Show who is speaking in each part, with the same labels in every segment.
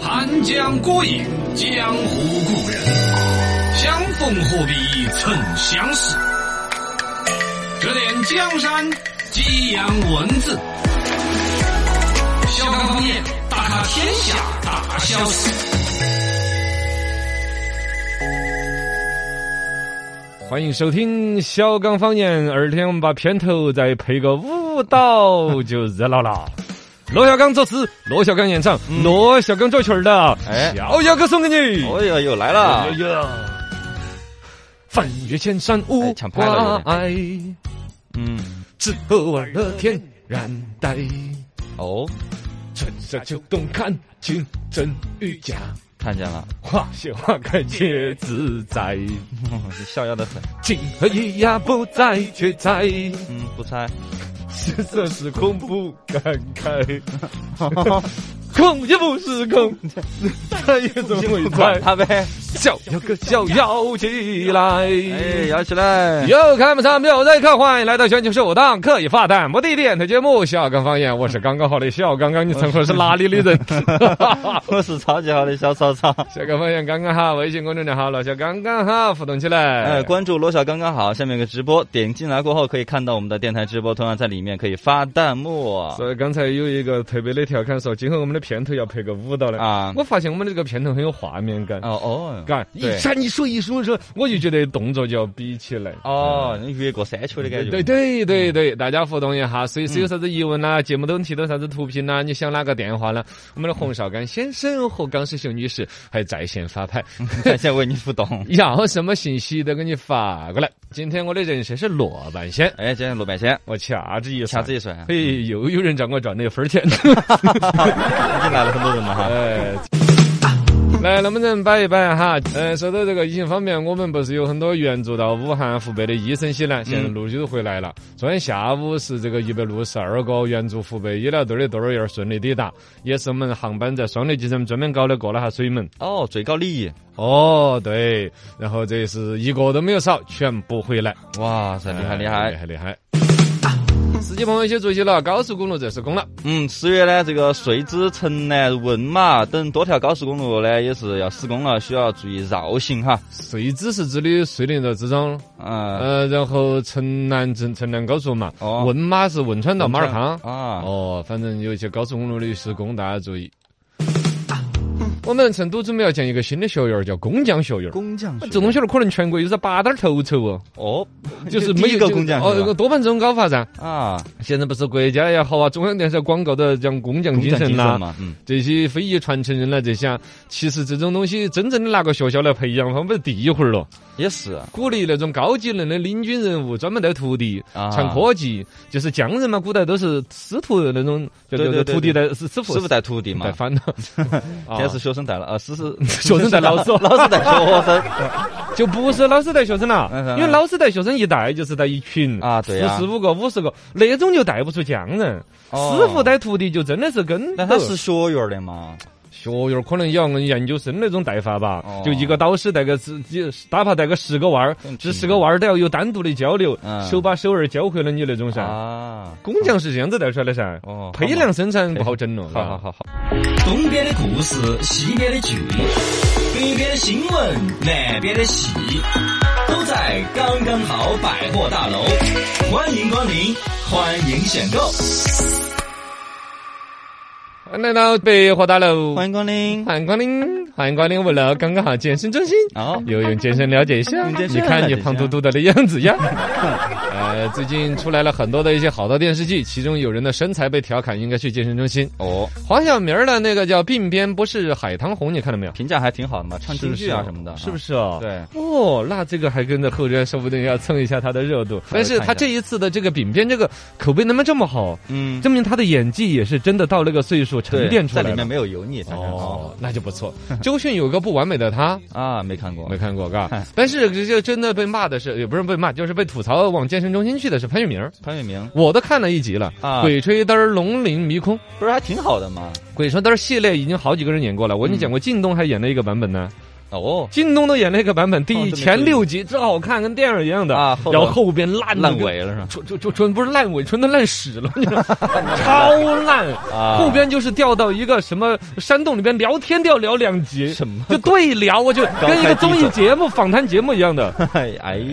Speaker 1: 寒江孤影，江湖故人，相逢何必曾相识。指点江山，激扬文字，小刚方面大咖天下大小事。
Speaker 2: 欢迎收听小刚方言，二天我们把片头再配个舞蹈，就热闹 了。罗小刚作词，罗小刚演唱，罗小刚作曲儿的
Speaker 3: 嗯哎
Speaker 2: 《逍遥歌》送给你。
Speaker 3: 哎呀，又来了
Speaker 2: 哎！呀，翻越千山无
Speaker 3: 哎抢拍了
Speaker 2: 挂
Speaker 3: 有点
Speaker 2: 碍，
Speaker 3: 嗯，
Speaker 2: 只和玩乐天然呆。
Speaker 3: 哦，
Speaker 2: 春夏秋冬看清真与假，
Speaker 3: 看见 了，
Speaker 2: 花谢花开皆自在。
Speaker 3: 这逍遥的很。
Speaker 2: 情和义呀不在却在，
Speaker 3: 嗯，不 猜。
Speaker 2: 是色是空不敢开，空也不是空，猜也怎会
Speaker 3: 管
Speaker 2: 猜？
Speaker 3: 他呗。
Speaker 2: 逍遥哥，逍遥起来！
Speaker 3: 哎，摇起来！
Speaker 2: 又开门唱，又在看，欢迎来到全球首档刻意发弹摩的电台节目《笑刚方言》，我是刚刚好的笑刚刚，你称呼是哪里的人？
Speaker 3: 我是超级好的小草草。
Speaker 2: 笑刚方言刚刚好，微信公众号老笑刚刚好，互动起来。
Speaker 3: 哎，关注罗小刚刚好，下面有个直播，点进来过后可以看到我们的电台直播，同样在里面可以发弹幕。
Speaker 2: 所以刚才有一个特别的调侃说，今后我们的片头要配个舞蹈的
Speaker 3: 啊
Speaker 2: 我发现我们的这个片头很有画面感，
Speaker 3: 哦 哦
Speaker 2: 嘎、一
Speaker 3: 对
Speaker 2: 闪一束一束一束，我就觉得动作就要比起来。
Speaker 3: 哦，你越过山丘的感觉。
Speaker 2: 对对对对，大家互动一下，随
Speaker 3: 嗯
Speaker 2: 时有啥子疑问啊啦，节目中提到啥子图片啊啦，你想哪个电话啦？我们的洪绍刚先生和刚师兄女士还在线发牌，
Speaker 3: 感谢为你互动。
Speaker 2: 要什么信息都给你发过来。今天我的人设是落半仙，
Speaker 3: 哎，今天罗半仙，
Speaker 2: 我掐指一
Speaker 3: 掐
Speaker 2: 算，
Speaker 3: 指一啊 算，
Speaker 2: 嘿，又有人找我赚那分儿钱。
Speaker 3: 已经来了很多人了哈。
Speaker 2: 哎，来，能不能摆一摆哈？呃，说到这个疫情方面，我们不是有很多援助到武汉、湖北的医生些呢，现在陆续都回来了。昨天下午是这个一百六十二个援助湖北医疗队的队儿员顺利抵达，也是我们航班在双流机场专门搞的，过了下水门。
Speaker 3: 哦，最高礼仪，
Speaker 2: 哦，对，然后这是一个都没有少，全部回来。
Speaker 3: 哇塞，厉害厉
Speaker 2: 厉
Speaker 3: 害。
Speaker 2: 害厉害！司机朋友些出去了，高速公路这是攻了。
Speaker 3: 嗯，十月呢，这个遂子、城南、文马等多条高速公路呢也是要施工了，需要注意绕行哈。
Speaker 2: 遂子是指的遂宁到资庄
Speaker 3: 嗯，
Speaker 2: 呃，然后城南城城南高速嘛，
Speaker 3: 哦
Speaker 2: 汶马是汶川到马尔康。
Speaker 3: 啊，
Speaker 2: 哦，反正有一些高速公路的施工，大家注意。我们成都准备要建一个新的学院儿，叫工匠学院儿。
Speaker 3: 工匠啊
Speaker 2: 这东西儿可能全国有这八点儿头筹 哦，
Speaker 3: 哦，
Speaker 2: 就是
Speaker 3: 第
Speaker 2: 每
Speaker 3: 一个工匠
Speaker 2: 哦，
Speaker 3: 是吧
Speaker 2: 这个多半这种搞法噻。
Speaker 3: 啊，
Speaker 2: 现在不是国家也好啊，中央电视台广告都要讲工匠
Speaker 3: 工
Speaker 2: 精
Speaker 3: 匠
Speaker 2: 神
Speaker 3: 精
Speaker 2: 啦
Speaker 3: 神，嘛，嗯，
Speaker 2: 这些非遗传承人啦这些啊，其实这种东西真正的拿个学校来培养，他们不是第一回儿了。
Speaker 3: 也是
Speaker 2: 鼓励那种高级能的领军人物专门带徒弟
Speaker 3: 啊
Speaker 2: 传科技，就是匠人嘛，古代都是师徒那种，就
Speaker 3: 对
Speaker 2: 就
Speaker 3: 对
Speaker 2: 就
Speaker 3: 对
Speaker 2: 徒弟带师师傅
Speaker 3: 师傅带徒弟嘛
Speaker 2: 带，反 了，
Speaker 3: 现
Speaker 2: 啊
Speaker 3: 在是学生带了啊，师是
Speaker 2: 学生带老师
Speaker 3: 老师带学生，
Speaker 2: 就不是老师带学生了
Speaker 3: 嗯，嗯
Speaker 2: 因为老师带学生一带就是带一群
Speaker 3: 啊对呀
Speaker 2: 四十五个、五十个那种就带不出匠人，
Speaker 3: 哦
Speaker 2: 师傅带徒弟就真的是跟
Speaker 3: 但他
Speaker 2: 斗
Speaker 3: 是学院的嘛，
Speaker 2: 学院可能也要按研究生那种带法吧，
Speaker 3: 哦
Speaker 2: 就一个导师带个十几，哪怕带个十个娃儿
Speaker 3: 嗯，
Speaker 2: 这十个娃儿都要有单独的交流，
Speaker 3: 嗯
Speaker 2: 手把手儿教会了你那种噻。
Speaker 3: 啊，
Speaker 2: 工匠是这样子带出来的噻，
Speaker 3: 哦
Speaker 2: 批量生产不好整了。
Speaker 3: 好好好好，
Speaker 1: 东边的故事，西边的剧，北边的新闻，南边的戏，都在刚刚好百货大楼。欢迎光临，欢迎选购。
Speaker 2: 欢迎来到百货大楼，
Speaker 3: 欢迎光临，
Speaker 2: 欢迎光临，欢迎光临我了刚刚好健身中心。
Speaker 3: 哦，
Speaker 2: 游泳健身了解一下，
Speaker 3: 游泳健
Speaker 2: 你
Speaker 3: 身
Speaker 2: 看
Speaker 3: 了
Speaker 2: 你
Speaker 3: 解
Speaker 2: 胖
Speaker 3: 一
Speaker 2: 嘟
Speaker 3: 下
Speaker 2: 嘟的的样 子呀。呃，最近出来了很多的一些好的电视剧，其中有人的身材被调侃应该去健身中心。
Speaker 3: 哦，
Speaker 2: 黄晓明儿的那个叫《鬓边不是海棠红》，你看到没有？
Speaker 3: 评价还挺好的嘛，唱京剧啊什么的，
Speaker 2: 是不
Speaker 3: 是？
Speaker 2: 是哦？。
Speaker 3: 对，
Speaker 2: 哦，那这个还跟着后边，说不定要蹭一下他的热度。但是他这一次的这个鬓边这个口碑能不能这么好，
Speaker 3: 嗯，
Speaker 2: 证明他的演技也是真的到那个岁数沉
Speaker 3: 对
Speaker 2: 淀出
Speaker 3: 在
Speaker 2: 来
Speaker 3: 里面
Speaker 2: 了。
Speaker 3: 没有油腻，反正
Speaker 2: 哦
Speaker 3: 哦，
Speaker 2: 那就不错。周迅有个不完美的 他，
Speaker 3: 啊，没看过
Speaker 2: 没，看过， 嘎。但是这就真的被骂的是，也不是被骂，就是被吐槽往健身中心去的是潘粤明儿。
Speaker 3: 潘粤明
Speaker 2: 我都看了一集了，
Speaker 3: 啊
Speaker 2: 鬼吹灯》《龙鳞迷空》。
Speaker 3: 不是还挺好的嘛，嗯
Speaker 2: 鬼吹灯系列已经好几个人演过了，我跟你讲过，靳东还演了一个版本呢，
Speaker 3: 哦，
Speaker 2: 京东都演那个版本，第一
Speaker 3: 哦真的
Speaker 2: 前六集只好看，跟电影一样的
Speaker 3: 啊后
Speaker 2: 然后
Speaker 3: 头
Speaker 2: 后边烂
Speaker 3: 烂
Speaker 2: 得跟
Speaker 3: 尾了是吧？
Speaker 2: 纯纯纯纯不是烂尾，纯的烂屎了，你知道吗超烂。
Speaker 3: 啊
Speaker 2: 后边就是掉到一个什么山洞里边聊天，掉聊两集，
Speaker 3: 什么
Speaker 2: 就对聊，我就
Speaker 3: 高
Speaker 2: 跟一
Speaker 3: 开
Speaker 2: 个
Speaker 3: 低
Speaker 2: 综艺
Speaker 3: 走
Speaker 2: 节目、访谈节目一样 的。
Speaker 3: 哎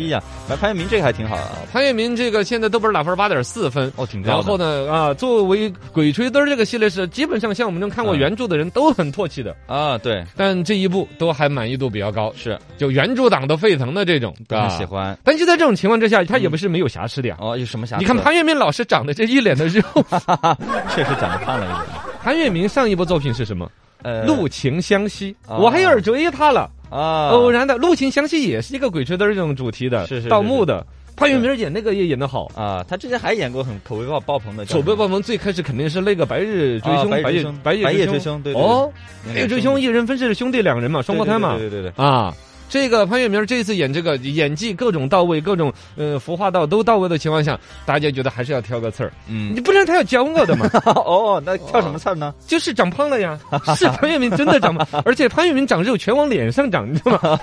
Speaker 3: 呀，反正潘粤明这个还挺好啊，
Speaker 2: 潘粤明这个现在豆瓣打分八点四分，
Speaker 3: 哦，挺高
Speaker 2: 然
Speaker 3: 的
Speaker 2: 后呢啊，作为《鬼吹灯》这个系列是基本上像我们这种看过
Speaker 3: 嗯
Speaker 2: 原著的人都很唾弃的，
Speaker 3: 啊，对，
Speaker 2: 但这一部都还满意度比较高，
Speaker 3: 是
Speaker 2: 就原著党都沸腾的这种，啊
Speaker 3: 都很喜。欢。
Speaker 2: 但就在这种情况之下，他也不是没有瑕疵的呀。
Speaker 3: 嗯哦，有什么瑕疵？
Speaker 2: 你看潘粤明老师长得这一脸 的肉，
Speaker 3: 确实长得胖了一点。
Speaker 2: 潘粤明上一部作品是什么？
Speaker 3: 呃，
Speaker 2: 《陆情相惜》，
Speaker 3: 啊
Speaker 2: 我还有点追他了。
Speaker 3: 啊，
Speaker 2: 偶然的《陆情相惜》也是一个鬼吹灯这种主题的，
Speaker 3: 是是是
Speaker 2: 盗墓的。潘粤明演那个也演得好。
Speaker 3: 啊，他之前还演过很口碑爆爆棚的，
Speaker 2: 丑辈爆棚最开始肯定是那个白日追凶，
Speaker 3: 啊
Speaker 2: 白
Speaker 3: 白日追
Speaker 2: 夜
Speaker 3: 凶
Speaker 2: 白夜
Speaker 3: 白夜
Speaker 2: 追
Speaker 3: 追凶对对
Speaker 2: 哦，
Speaker 3: 叫什么
Speaker 2: 白夜追凶，一人分是兄弟两人嘛，双胞胎嘛
Speaker 3: 对对对对对
Speaker 2: 啊。这个潘粤明这次演这个演技各种到位，各种呃服化道都到位的情况下，大家觉得还是要挑个刺儿，
Speaker 3: 嗯，
Speaker 2: 你不然他要教我的嘛。
Speaker 3: 哦，那跳什么菜呢？
Speaker 2: 就是长胖了呀， 是潘粤明真的长 胖，而且潘粤明长肉全往脸上长， 你知道吗？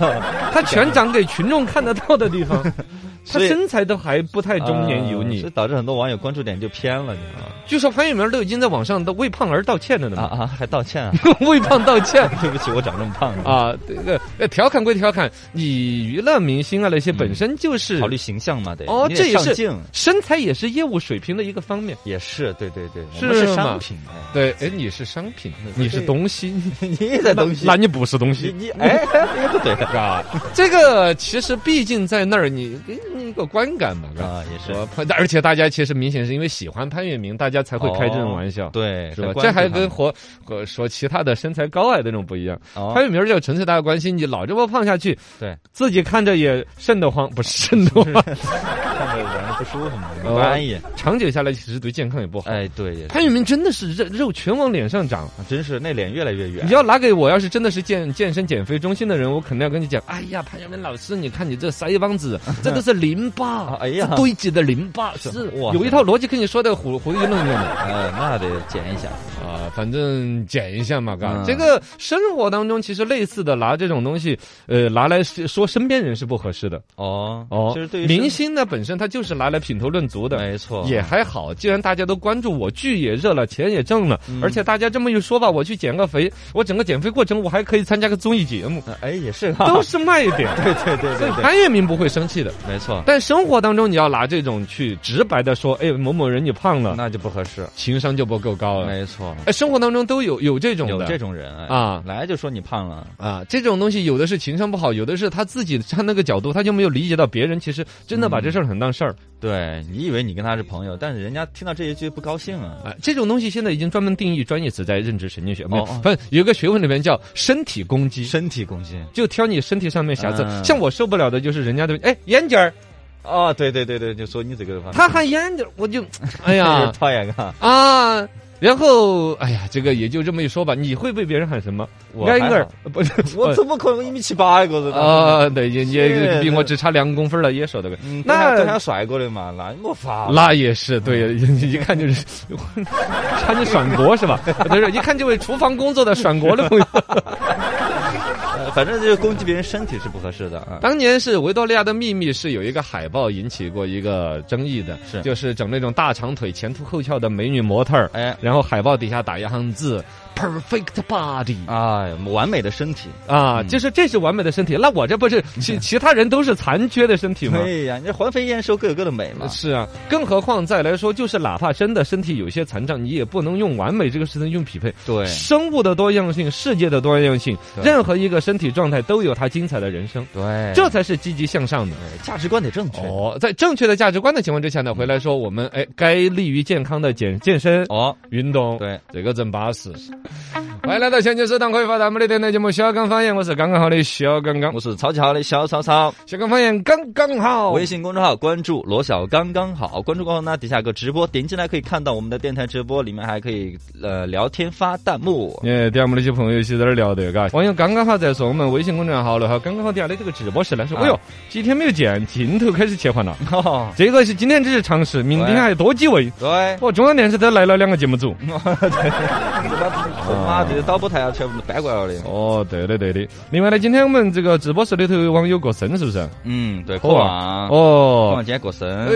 Speaker 2: 他全长给群众看得到的地方，他
Speaker 3: 所以
Speaker 2: 身材都还不太中年油
Speaker 3: 啊
Speaker 2: 腻
Speaker 3: 所以。导致很多网友关注点就偏了，你知道吗？
Speaker 2: 据说潘粤明都已经在网上都为胖而道歉了
Speaker 3: 啊
Speaker 2: 呢，
Speaker 3: 啊，还道歉啊？
Speaker 2: 为胖道歉。
Speaker 3: 对不起，我长这么胖啊，
Speaker 2: 啊，这个呃调侃归调侃，你娱乐明星啊那些本身就是
Speaker 3: 考虑形象嘛，得
Speaker 2: 哦
Speaker 3: 你
Speaker 2: 这
Speaker 3: 得
Speaker 2: 也
Speaker 3: 上
Speaker 2: 是
Speaker 3: 镜
Speaker 2: 身材也是业务水平的一个方面。
Speaker 3: 也是，对对对，
Speaker 2: 是
Speaker 3: 我们是
Speaker 2: 嘛
Speaker 3: 商品， 哎
Speaker 2: 对，哎，你是商品，你是东西，
Speaker 3: 你也在 东西
Speaker 2: 那，你不是东
Speaker 3: 你
Speaker 2: 西。
Speaker 3: 你哎， 哎不对
Speaker 2: 啊，这个其实毕竟在那儿，你给你一个观感嘛，是吧？
Speaker 3: 啊，也是
Speaker 2: 我潘，而且大家其实明显是因为喜欢潘粤明，大家才会开这种玩笑，
Speaker 3: 对，
Speaker 2: 是吧
Speaker 3: 在？关
Speaker 2: 这
Speaker 3: 注
Speaker 2: 还
Speaker 3: 他
Speaker 2: 跟
Speaker 3: 们
Speaker 2: 和和说其他的身材高矮的那种不一样。
Speaker 3: 哦
Speaker 2: 潘粤明就纯粹大家关心你老这么胖下去，
Speaker 3: 对，
Speaker 2: 自己看着也瘆得慌，不是瘆得慌，
Speaker 3: 看着让人不舒服嘛，
Speaker 2: 哦
Speaker 3: 不安逸。
Speaker 2: 长久下来其实对健康也不好。
Speaker 3: 哎，对，也是
Speaker 2: 潘粤明真的是肉肉全往脸上长，
Speaker 3: 啊真是那脸越来越圆
Speaker 2: 你。要拿给我，要是真的是健健身减肥中心的人，我肯定要跟你讲，哎呀，潘粤明老师，你看你这腮帮子，这都是淋巴
Speaker 3: 啊，哎呀
Speaker 2: 是堆积的淋巴，
Speaker 3: 是
Speaker 2: 是
Speaker 3: 哇
Speaker 2: 有一套逻辑跟你说的胡胡一弄一弄的
Speaker 3: 呃，那得减一下。
Speaker 2: 啊，反正减一下嘛，嘎，
Speaker 3: 嗯
Speaker 2: 这个生活当中其实类似的拿这种东西，呃，拿来是说身边人是不合适的
Speaker 3: 哦
Speaker 2: 哦，
Speaker 3: 就是对于
Speaker 2: 明
Speaker 3: 身
Speaker 2: 星呢本身他就是拿来品头论足的，
Speaker 3: 没错，
Speaker 2: 也还好，既然大家都关注我，剧也热了，钱也挣了，
Speaker 3: 嗯
Speaker 2: 而且大家这么一说吧，我去减个肥，我整个减肥过程我还可以参加个综艺节 目，
Speaker 3: 呃哎也是哈，
Speaker 2: 都是卖点。
Speaker 3: 对对对
Speaker 2: 所以
Speaker 3: 对对，
Speaker 2: 潘粤明不会生气的，
Speaker 3: 没错，
Speaker 2: 但生活当中你要拿这种去直白的说，哎，某某人你胖了，
Speaker 3: 那就不合适。
Speaker 2: 情商就不够高了。
Speaker 3: 没错，
Speaker 2: 哎，生活当中都有有这种的，
Speaker 3: 有这种人哎
Speaker 2: 啊
Speaker 3: 来就说你胖了，
Speaker 2: 啊，这种东西有的是情商不好，有的是他自己他那个角度他就没有理解到别人其实真的把
Speaker 3: 嗯
Speaker 2: 这事儿很当事儿
Speaker 3: 对你以为你跟他是朋友，但是人家听到这一句不高兴啊。
Speaker 2: 啊。这种东西现在已经专门定义专业词在认知神经学，没有，
Speaker 3: 哦哦
Speaker 2: 反正有一个学问里面叫身体攻击。
Speaker 3: 身体攻击
Speaker 2: 就挑你身体上面瑕疵，
Speaker 3: 嗯
Speaker 2: 像我受不了的就是人家的哎眼角儿，
Speaker 3: 哦，对对对对，就说你这个的话，
Speaker 2: 他喊眼角儿，我 就哎
Speaker 3: 这
Speaker 2: 呀
Speaker 3: 是讨厌啊！
Speaker 2: 啊，然后哎呀，这个也就这么一说吧。你会被别人喊什么？
Speaker 3: 我
Speaker 2: 眼
Speaker 3: 还
Speaker 2: 角儿呃
Speaker 3: 好
Speaker 2: 不是
Speaker 3: 我呃怎么可能一米七八一个人呢？
Speaker 2: 啊，对，也也
Speaker 3: 是
Speaker 2: 比我只差两公分儿了，也说得个。
Speaker 3: 嗯，
Speaker 2: 那
Speaker 3: 那还甩过来嘛，那没法。
Speaker 2: 那也是对，
Speaker 3: 嗯
Speaker 2: 一看就是看就爽国是吧？ 不是，一看就为厨房工作的爽国的朋友。
Speaker 3: 呃反正就是攻击别人身体是不合适的啊。
Speaker 2: 当年是《维多利亚的秘密》是有一个海报引起过一个争议的，
Speaker 3: 是
Speaker 2: 就是整那种大长腿、前凸后翘的美女模特儿，
Speaker 3: 哎
Speaker 2: 然后海报底下打一行字 “perfect body”。
Speaker 3: 哎呀，完美的身体。
Speaker 2: 啊，就是这是完美的身体，那我这不是其其他人都是残缺的身体吗？
Speaker 3: 嗯对呃呀，你这环肥燕瘦各有各的美嘛。
Speaker 2: 是啊，更何况再来说，就是哪怕真的身体有些残障，你也不能用完美这个事情用匹配。
Speaker 3: 对
Speaker 2: 生物的多样性，世界的多样性，
Speaker 3: 对
Speaker 2: 任何一个身体状态都有它精彩的人生，
Speaker 3: 对，
Speaker 2: 这才是积极向上的。
Speaker 3: 价值观得正确。嗯
Speaker 2: 哦，在正确的价值观的情况之下呢，回来说我们哎，该利于健康的健健身、
Speaker 3: 哦，
Speaker 2: 运动，
Speaker 3: 对，
Speaker 2: 这个真巴适。欢迎来到全球首档可以发弹幕的电台节目《小刚方言》，我是刚刚好的小刚刚
Speaker 3: 我，是超级好的小草草，
Speaker 2: 小刚方言刚刚好。
Speaker 3: 微信公众号关注罗小刚刚好，关注过后呢，底下有个直播，点进来可以看到我们的电台直播，里面还可以呃聊天发弹幕。
Speaker 2: 哎，底下我们那些朋友一起在那儿聊的，嘎。网友刚刚好在说我们微信公众号了哈，刚刚好底下的这个直播室呢，说
Speaker 3: 啊
Speaker 2: 哎呦，几天没有见，镜头开始切换了。
Speaker 3: 哦，
Speaker 2: 这个是今天只是尝试，明天
Speaker 3: 喂
Speaker 2: 还多几位。
Speaker 3: 对，
Speaker 2: 哦，中央电视台来了两个节目组。
Speaker 3: 怎么妈，这些导播台要全部搬过来了的。
Speaker 2: 哦，对的对的。另外呢，今天我们这个直播室里头有网友过生，是不是？
Speaker 3: 嗯，对，渴
Speaker 2: 渴
Speaker 3: 望
Speaker 2: 望，
Speaker 3: 渴望
Speaker 2: 哦，
Speaker 3: 今天过生。
Speaker 2: 哎，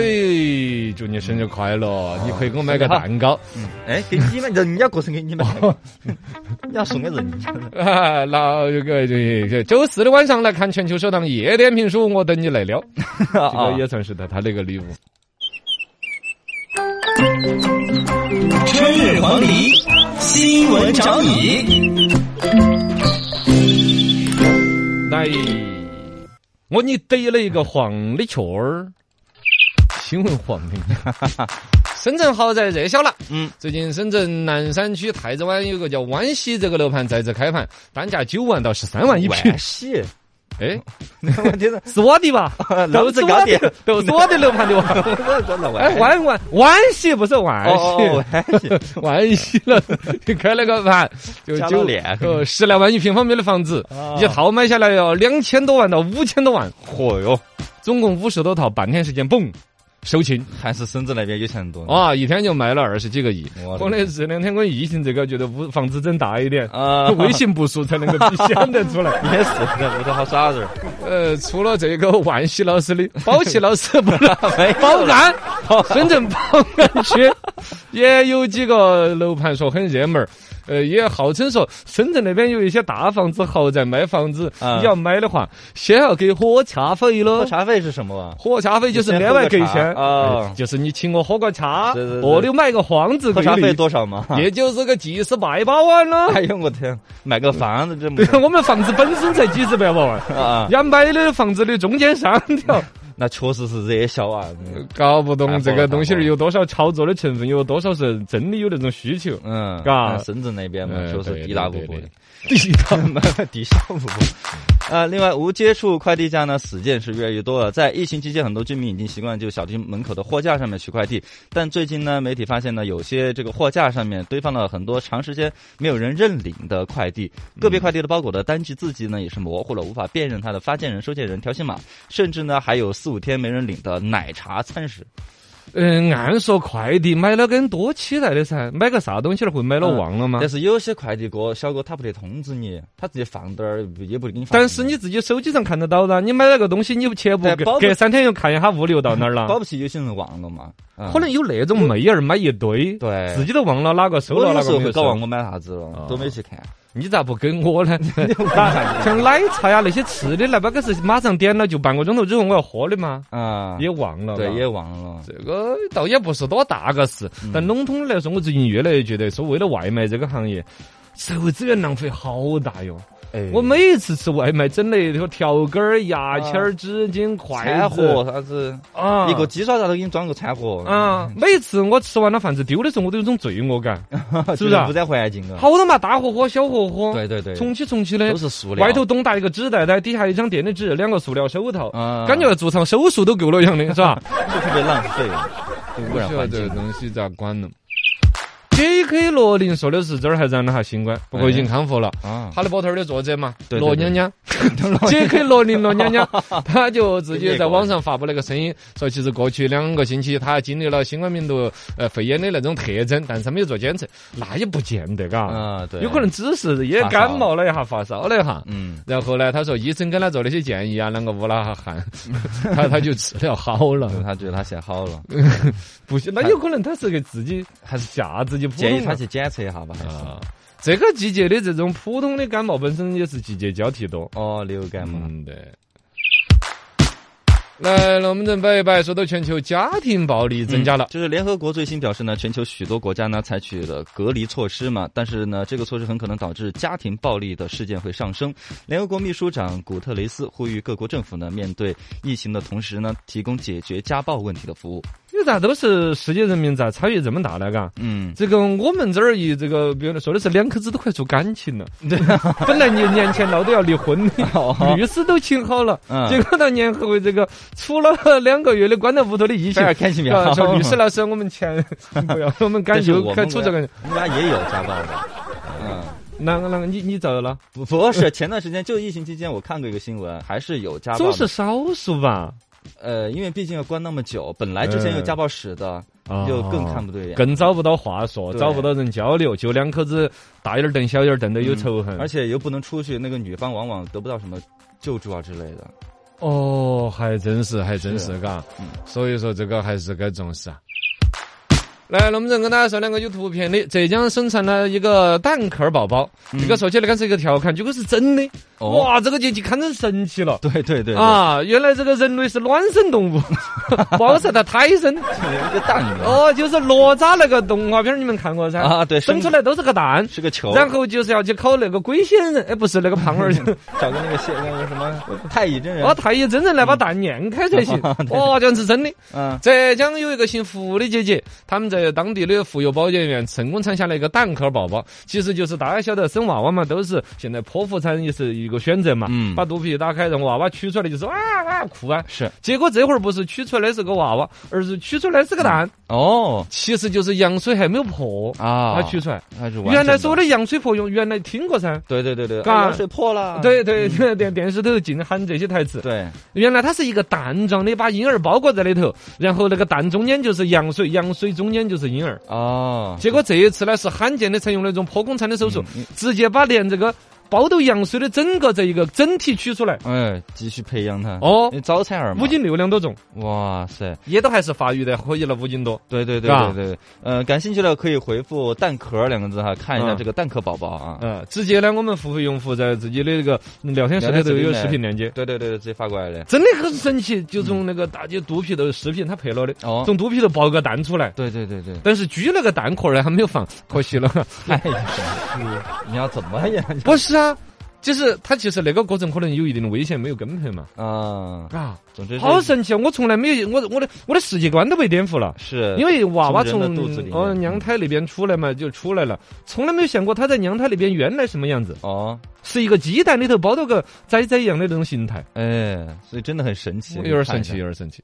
Speaker 2: 祝你生日快乐！你可以给我买个蛋糕，
Speaker 3: 哎，给你们人家过生给你们，你要送给人家。
Speaker 2: 啊， 那这个这个周四的晚上来看全球首档夜店评书，我等你来撩，这
Speaker 3: 啊
Speaker 2: 个也算是他他的一个礼物。
Speaker 1: 春日黄鹂，新闻找你。
Speaker 2: 来，我你逮了一个黄的雀 儿，新闻黄的。深圳豪宅热销了。
Speaker 3: 嗯，
Speaker 2: 最近深圳南山区太子湾有个叫湾西这个楼盘再次开盘，单价九万到十三万一平
Speaker 3: 万。喜，
Speaker 2: 哎，
Speaker 3: 我天呐，？
Speaker 2: 是我的吧都是我
Speaker 3: 老子搞定
Speaker 2: 的，都是我的楼盘的吧？
Speaker 3: 我我老
Speaker 2: 哎，
Speaker 3: 万
Speaker 2: 湾湾湾西不是湾
Speaker 3: 哦
Speaker 2: 西，
Speaker 3: 万喜，
Speaker 2: 湾西了，就开了个盘，就
Speaker 3: 加
Speaker 2: 就
Speaker 3: 了脸啊
Speaker 2: 呃十来万一平方米的房子，一套买下来要两千多万到五千多万，
Speaker 3: 嚯哟，
Speaker 2: 总共五十多套，半天时间嘣。售罄
Speaker 3: 还是深圳那边有钱人多
Speaker 2: 啊，一天就卖了二十几个亿
Speaker 3: 嗯我的。
Speaker 2: 可能这两天跟疫情这个，觉得屋房子增大一点，
Speaker 3: 啊
Speaker 2: 微信步数才能够体现得出来。
Speaker 3: 也是在屋头好耍 点儿，
Speaker 2: 呃，除了这个万喜老师的，宝气老师不能
Speaker 3: 没有
Speaker 2: 宝安，深圳宝安区 也有几个楼盘说很热门儿。呃，也号称说深圳那边有一些大房子、豪宅卖房子，
Speaker 3: 嗯
Speaker 2: 你要买的话，先要给喝茶费
Speaker 3: 喝
Speaker 2: 喽。
Speaker 3: 茶费是什么啊？
Speaker 2: 喝茶费就是另外给钱
Speaker 3: 先喝个茶啊
Speaker 2: 哎就是你请我喝个茶
Speaker 3: 对对，对
Speaker 2: 我就买个房子
Speaker 3: 喝
Speaker 2: 给
Speaker 3: 茶费
Speaker 2: 你，啊
Speaker 3: 多少嘛？
Speaker 2: 也就是个几十百把万喽。
Speaker 3: 哎呦我天，买个房子这么
Speaker 2: 对， 我们房子本身才几十百把 万，
Speaker 3: 啊，
Speaker 2: 要买的房子的中间商条。
Speaker 3: 那确实是热销啊。
Speaker 2: 搞不
Speaker 3: 太
Speaker 2: 懂
Speaker 3: 火
Speaker 2: 这
Speaker 3: 了
Speaker 2: 个
Speaker 3: 太
Speaker 2: 东西
Speaker 3: 火
Speaker 2: 儿
Speaker 3: 了
Speaker 2: 有多少炒作的成分，有多少是真的有那种需求。
Speaker 3: 嗯，
Speaker 2: 嘎
Speaker 3: 深圳那边嘛，
Speaker 2: 嗯
Speaker 3: 确
Speaker 2: 对
Speaker 3: 实地
Speaker 2: 对
Speaker 3: 大物
Speaker 2: 对
Speaker 3: 博的
Speaker 2: 对。地 道
Speaker 3: 地下物博。 啊，另外无接触快递架呢，死件是越来越多了。在疫情期间，很多居民已经习惯就小区门口的货架上面取快递，但最近呢，媒体发现呢，有些这个货架上面堆放了很多长时间没有人认领的快递，
Speaker 2: 嗯
Speaker 3: 个别快递的包裹的单据字迹呢也是模糊了，无法辨认它的发件人、收件人、条形码，甚至呢还有四五天没人领的奶茶餐食。
Speaker 2: 嗯，按说快递买了跟多期待的噻，买个啥东西儿会买了
Speaker 3: 嗯
Speaker 2: 忘了吗
Speaker 3: 但？是有些快递哥小哥他不得通知你，他直接放这儿也不给你放。
Speaker 2: 但是你自己手机上看得到的，你买了个东西，你且不
Speaker 3: 但包
Speaker 2: 隔
Speaker 3: 不
Speaker 2: 隔三天又看一下物流到哪儿
Speaker 3: 保
Speaker 2: 了？
Speaker 3: 不齐有些人忘了嘛，嗯
Speaker 2: 可能有那种妹儿买一堆，
Speaker 3: 对
Speaker 2: 自己都忘了哪个收
Speaker 3: 我
Speaker 2: 了
Speaker 3: 有
Speaker 2: 哪
Speaker 3: 时
Speaker 2: 个
Speaker 3: 候
Speaker 2: 没
Speaker 3: 会
Speaker 2: 有
Speaker 3: 搞忘
Speaker 2: 收。
Speaker 3: 我买啥子了，都没去看。
Speaker 2: 你咋不跟我呢？像奶茶 呀那些吃的，那不可是马上点了就半个钟头之后我要喝的吗？
Speaker 3: 啊，
Speaker 2: 也忘了吧。嗯
Speaker 3: 对，也忘了。
Speaker 2: 这个倒也不是多大个事，但笼统的来说，我最近越来越觉得，说为了外卖这个行业，社会资源浪费好大哟！
Speaker 3: 哎
Speaker 2: 我每一次吃外卖，整的那个条根儿、牙签儿、纸巾、筷
Speaker 3: 餐
Speaker 2: 子
Speaker 3: 盒啥子，
Speaker 2: 哎啊，
Speaker 3: 一个鸡爪啥都给你装个餐盒，
Speaker 2: 啊，每次我吃完了饭子丢的时候，我都有种罪恶感，是不是啊
Speaker 3: 污染环境啊？
Speaker 2: 好多嘛，大火火、小火火，
Speaker 3: 对对对，
Speaker 2: 重起重起的
Speaker 3: 都，是塑料，
Speaker 2: 外头东搭一个纸袋袋，底下一张电的纸，两个塑料手套，
Speaker 3: 啊
Speaker 2: 感觉做场手术都够了一 样的，是吧？
Speaker 3: 就特别浪费，污染
Speaker 2: 不晓
Speaker 3: 环
Speaker 2: 得这
Speaker 3: 境
Speaker 2: 个。东西咋管呢？J.K. 罗琳说的是这儿还染了下新冠，不过已经康复了。
Speaker 3: 啊，
Speaker 2: 哈利波特的作者嘛，
Speaker 3: 哎对对
Speaker 2: 罗娘 娘
Speaker 3: 嗯
Speaker 2: ，J.K. 罗琳罗娘娘，她就自己在网上发布了个声音，说其实过去两个星期她经历了新冠病毒呃肺炎的那种特征，但是她没有做检测，那也不见得嘎，
Speaker 3: 啊，对，
Speaker 2: 有可能，只是也
Speaker 3: 发烧
Speaker 2: 感冒了一下，发烧了一下。
Speaker 3: 嗯，
Speaker 2: 然后呢，他说医生给他做那些建议啊，啷个捂啦汗，他 他就治疗好了。
Speaker 3: 他觉得他现在好了，
Speaker 2: 不行，那有可能他是给自己还是吓自己普通
Speaker 3: 建议他
Speaker 2: 嘛
Speaker 3: 去检测一下吧，还是。
Speaker 2: 啊。这个季节的这种普通的感冒本身也是季节交替多。
Speaker 3: 哦，流感嘛，
Speaker 2: 嗯，对。来，龙门阵摆一摆，说到全球家庭暴力增加了。
Speaker 3: 就是联合国最新表示呢，全球许多国家呢采取了隔离措施嘛，但是呢，这个措施很可能导致家庭暴力的事件会上升。联合国秘书长古特雷斯呼吁各国政府呢，面对疫情的同时呢，提供解决家暴问题的服务。
Speaker 2: 因为咋都是世界人民咋差异这么大呢？嘎。
Speaker 3: 嗯，
Speaker 2: 这个我们这儿一这个，比如说的是两口子都快出感情了， 本来年年前闹得要离婚的，律师都请好了，
Speaker 3: 哦嗯
Speaker 2: 结果到年后这个出了两个月的关到屋头的疫情
Speaker 3: 反，而感情比
Speaker 2: 啊
Speaker 3: 较
Speaker 2: 说律师老师，我们 钱不要，我们感
Speaker 3: 但是
Speaker 2: 觉
Speaker 3: 我
Speaker 2: 开
Speaker 3: 们
Speaker 2: 出这个，
Speaker 3: 我们家也有家暴的。嗯，
Speaker 2: 啷个啷个，你你咋了？
Speaker 3: 不不是，前段时间就疫情期间，我看过一个新闻，还是有家暴
Speaker 2: 总
Speaker 3: 的
Speaker 2: 是。少数吧，
Speaker 3: 呃，因为毕竟要关那么久，本来之前
Speaker 2: 哎
Speaker 3: 有家暴史的，
Speaker 2: 啊
Speaker 3: 就更看不对眼。
Speaker 2: 更找不到话说，
Speaker 3: 对
Speaker 2: 找不到人交流，就两口子大眼儿瞪小眼儿瞪的有
Speaker 3: 嗯
Speaker 2: 仇恨。
Speaker 3: 而且又不能出去，那个女方往往得不到什么救助啊之类的。
Speaker 2: 哦，还真是，还真是，啊嘎
Speaker 3: 嗯，
Speaker 2: 所以说这个还是该重视啊。来，那么再跟大家说两个有图片的，浙江生产了一个蛋壳宝宝，这个说起来刚是一个调侃，结果是真的，
Speaker 3: 哦
Speaker 2: 哇，这个就就堪称神奇了。
Speaker 3: 对对对，
Speaker 2: 啊，原来这个人类是卵生动 物，包括它胎生。
Speaker 3: 对有一个蛋里面
Speaker 2: 哦，就是哪吒那个动画片儿你们看过噻？
Speaker 3: 啊对
Speaker 2: 生出来都是个蛋，
Speaker 3: 是个球，
Speaker 2: 然后就是要去考那个龟仙人，哎，不是那个胖娃 儿。
Speaker 3: 找个那个蟹那个什么太乙真人
Speaker 2: 哦，，太乙真人来把蛋碾开才 行。哦，这样是真的。
Speaker 3: 嗯，
Speaker 2: 浙江有一个姓胡的姐姐，他们在当地的妇幼保健院成功产下了一个蛋壳宝宝，其实就是大家晓得生娃娃嘛，都是现在剖腹产也是一个选择嘛，
Speaker 3: 嗯
Speaker 2: 把肚皮打开，让娃娃取出来就是哇哇哭啊。
Speaker 3: 是
Speaker 2: 结果这会儿不是取出来是个娃娃，而是取出来是个蛋，
Speaker 3: 哦
Speaker 2: 其实就是羊水还没有破，
Speaker 3: 啊
Speaker 2: 它取出来。
Speaker 3: 还是完整的
Speaker 2: 原来所谓的羊水破用，原来听过噻。
Speaker 3: 对对对对，
Speaker 2: 干
Speaker 3: 哎羊水破了，
Speaker 2: 对对，电电视头净喊这些台词。
Speaker 3: 对，
Speaker 2: 原来它是一个蛋状的，把婴儿包裹在里头，然后那个蛋中间就是羊水，羊水中间就是婴儿。
Speaker 3: 哦，
Speaker 2: 结果这一次呢是罕见的采用那种剖宫产的手术，
Speaker 3: 嗯
Speaker 2: 直接把连这个包头羊水的整个这一个整体取出来。
Speaker 3: 哎，继续培养它，
Speaker 2: 哦，
Speaker 3: 你早产儿嘛
Speaker 2: 五，斤六两多重，
Speaker 3: 哇塞，
Speaker 2: 也都还是发育的，可以了五斤多。
Speaker 3: 对对对
Speaker 2: 是吧
Speaker 3: 对对，呃，感兴趣的可以回复“蛋壳”两个字哈，看一下
Speaker 2: 嗯
Speaker 3: 这个蛋壳宝宝啊，
Speaker 2: 嗯，直接呢，我们付费用户在自己的那个聊天室里头有视频链接，
Speaker 3: 啊对对对对，直接发过来了，
Speaker 2: 真的很神奇，就从那个大姐肚皮头视频他拍了的，
Speaker 3: 哦，
Speaker 2: 从肚皮头爆个蛋出来。
Speaker 3: 对对对对，
Speaker 2: 但是居那个蛋壳呢还没有放，可惜了。
Speaker 3: 哎呀，你要怎么呀？
Speaker 2: 不是啊，就是他其实那个过程可能有一定的危险，没有跟拍嘛。
Speaker 3: 啊，
Speaker 2: 啊，
Speaker 3: 总之
Speaker 2: 好
Speaker 3: 是
Speaker 2: 神奇！我从来没有，我我的我的世界观都被颠覆了。
Speaker 3: 是
Speaker 2: 因为娃娃
Speaker 3: 从
Speaker 2: 从
Speaker 3: 呃人的肚子里面
Speaker 2: 哦娘胎里边出来嘛，就出来了，从来没有想过他在娘胎里边原来什么样子，
Speaker 3: 哦，
Speaker 2: 是一个鸡蛋里头包到个崽崽一样的那种形态，
Speaker 3: 哎，所以真的很神奇，
Speaker 2: 有点神奇，
Speaker 3: 看一
Speaker 2: 有点
Speaker 3: 下。
Speaker 2: 神奇。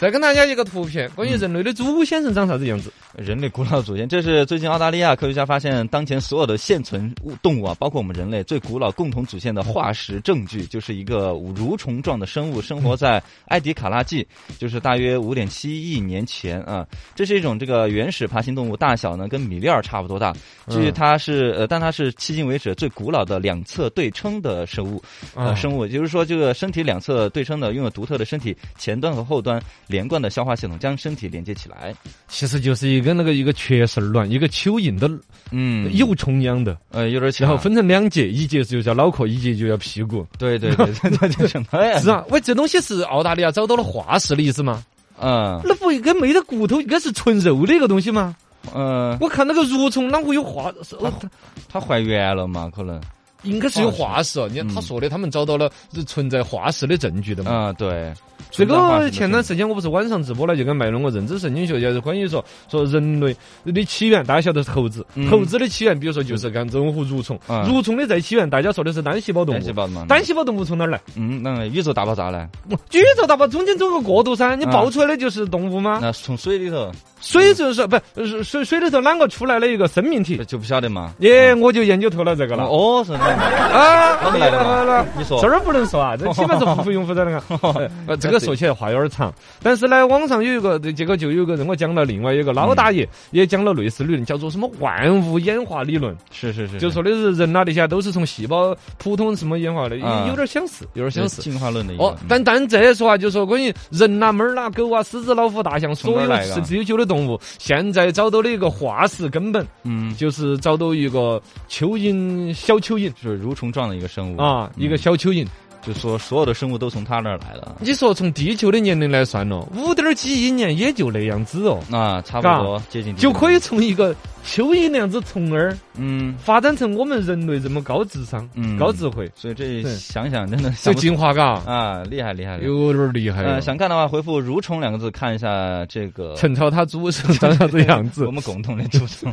Speaker 2: 再跟大家一个图片，关
Speaker 3: 嗯
Speaker 2: 于人类的祖先是长啥子样子？
Speaker 3: 人类古老祖先，这是最近澳大利亚科学家发现，当前所有的现存物动物啊，包括我们人类最古老共同祖先的化石证据，就是一个蠕虫状的生物生活在埃迪卡拉纪，就是大约五点七亿年前啊。这是一种这个原始爬行动物，大小呢跟米粒儿差不多大。据
Speaker 2: 嗯
Speaker 3: 它是呃，但它是迄今为止最古老的两侧对称的生物。
Speaker 2: 啊
Speaker 3: 呃，生物，也就是说，这个身体两侧对称的，拥有独特的身体前端和后端连贯的消化系统，将身体连接起来。
Speaker 2: 其实就是一个那个一个雀丝儿卵，一个蚯蚓的
Speaker 3: 嗯，
Speaker 2: 幼虫一样的，
Speaker 3: 呃有点巧，
Speaker 2: 然后分成两节，一节就叫脑壳，一节就叫屁股。
Speaker 3: 对对对，对对对，什么呀？
Speaker 2: 是啊，喂，这东西是澳大利亚找到了化石的意思吗？
Speaker 3: 嗯
Speaker 2: 那不应该没得骨头，应该是纯肉的一个东西吗？
Speaker 3: 嗯，
Speaker 2: 我看那个蠕虫哪会有化石？
Speaker 3: 啊
Speaker 2: 呃
Speaker 3: 它还原了嘛？可能
Speaker 2: 应该是有化石哦。你看
Speaker 3: 嗯
Speaker 2: 他说的，他们找到了存在化石的证据的嘛。
Speaker 3: 啊，对，
Speaker 2: 这
Speaker 3: 存在化石
Speaker 2: 个
Speaker 3: 的
Speaker 2: 前
Speaker 3: 证
Speaker 2: 段时间我不是晚上直播了，就跟卖弄我认知神经学，就是关于说说人类的起源，大家晓得是猴子
Speaker 3: 嗯，
Speaker 2: 猴子的起源，比如说就是刚这种蠕虫，
Speaker 3: 嗯
Speaker 2: 蠕虫的再起源，大家说的是单细胞动
Speaker 3: 单细
Speaker 2: 物。
Speaker 3: 胞的嘛，
Speaker 2: 单细胞动物从哪儿来？
Speaker 3: 嗯，那宇宙大爆炸嘞？
Speaker 2: 宇宙大爆中间走个过渡噻，你
Speaker 3: 嗯
Speaker 2: 爆出来的就是动物吗？
Speaker 3: 那从水里头
Speaker 2: 水就是不是水水里头啷个出来了一个生命体？
Speaker 3: 就不晓得嘛？
Speaker 2: 耶，我就研究透了这个了。
Speaker 3: 哦，是这样的，
Speaker 2: 啊，
Speaker 3: 啷个来的哦嘛？你说
Speaker 2: 这，儿不能说啊，这起码是付费用户在那
Speaker 3: 哦
Speaker 2: 个。呃，这个说起来话有点长，但是呢，网上有一个，结果就有个人我讲了，另外有个老大
Speaker 3: 嗯
Speaker 2: 爷也讲了类似理论，叫做什么万物演化理论，
Speaker 3: 是是是，
Speaker 2: 就说的是人呐那些都是从细胞普通什么演化的，
Speaker 3: 啊
Speaker 2: 有有点相似，有点
Speaker 3: 是
Speaker 2: 相似。
Speaker 3: 进化论的一个
Speaker 2: 哦，但但这说啊，就说关于人呐、猫儿啦、狗啊、狮子、老虎、大象，
Speaker 3: 从
Speaker 2: 所
Speaker 3: 哪儿
Speaker 2: 有
Speaker 3: 来的啊
Speaker 2: 十之有九的动物，现在找到的一个化石根本，
Speaker 3: 嗯，
Speaker 2: 就是找到一个蚯蚓，小蚯蚓
Speaker 3: 就是蠕虫状的一个生物
Speaker 2: 啊，一个小蚯蚓。
Speaker 3: 就说所有的生物都从它那儿来的。
Speaker 2: 你说从地球的年龄来算咯，五点几亿年也就那样子哦，
Speaker 3: 啊，差不多接近
Speaker 2: 就可
Speaker 3: 以，
Speaker 2: 以从一个蚯蚓那样子虫儿
Speaker 3: 嗯，
Speaker 2: 发展成我们人类这么高智商、
Speaker 3: 嗯
Speaker 2: 高智慧，
Speaker 3: 所以这
Speaker 2: 对
Speaker 3: 想想真的
Speaker 2: 这
Speaker 3: 想不
Speaker 2: 进化嘎，
Speaker 3: 啊，厉害厉害，厉害
Speaker 2: 有点儿厉害
Speaker 3: 呃，
Speaker 2: 了。
Speaker 3: 想看的话，回复“蠕虫”两个字，看一下这个
Speaker 2: 陈超他祖上长啥子样子
Speaker 3: 我？们广东的祖宗。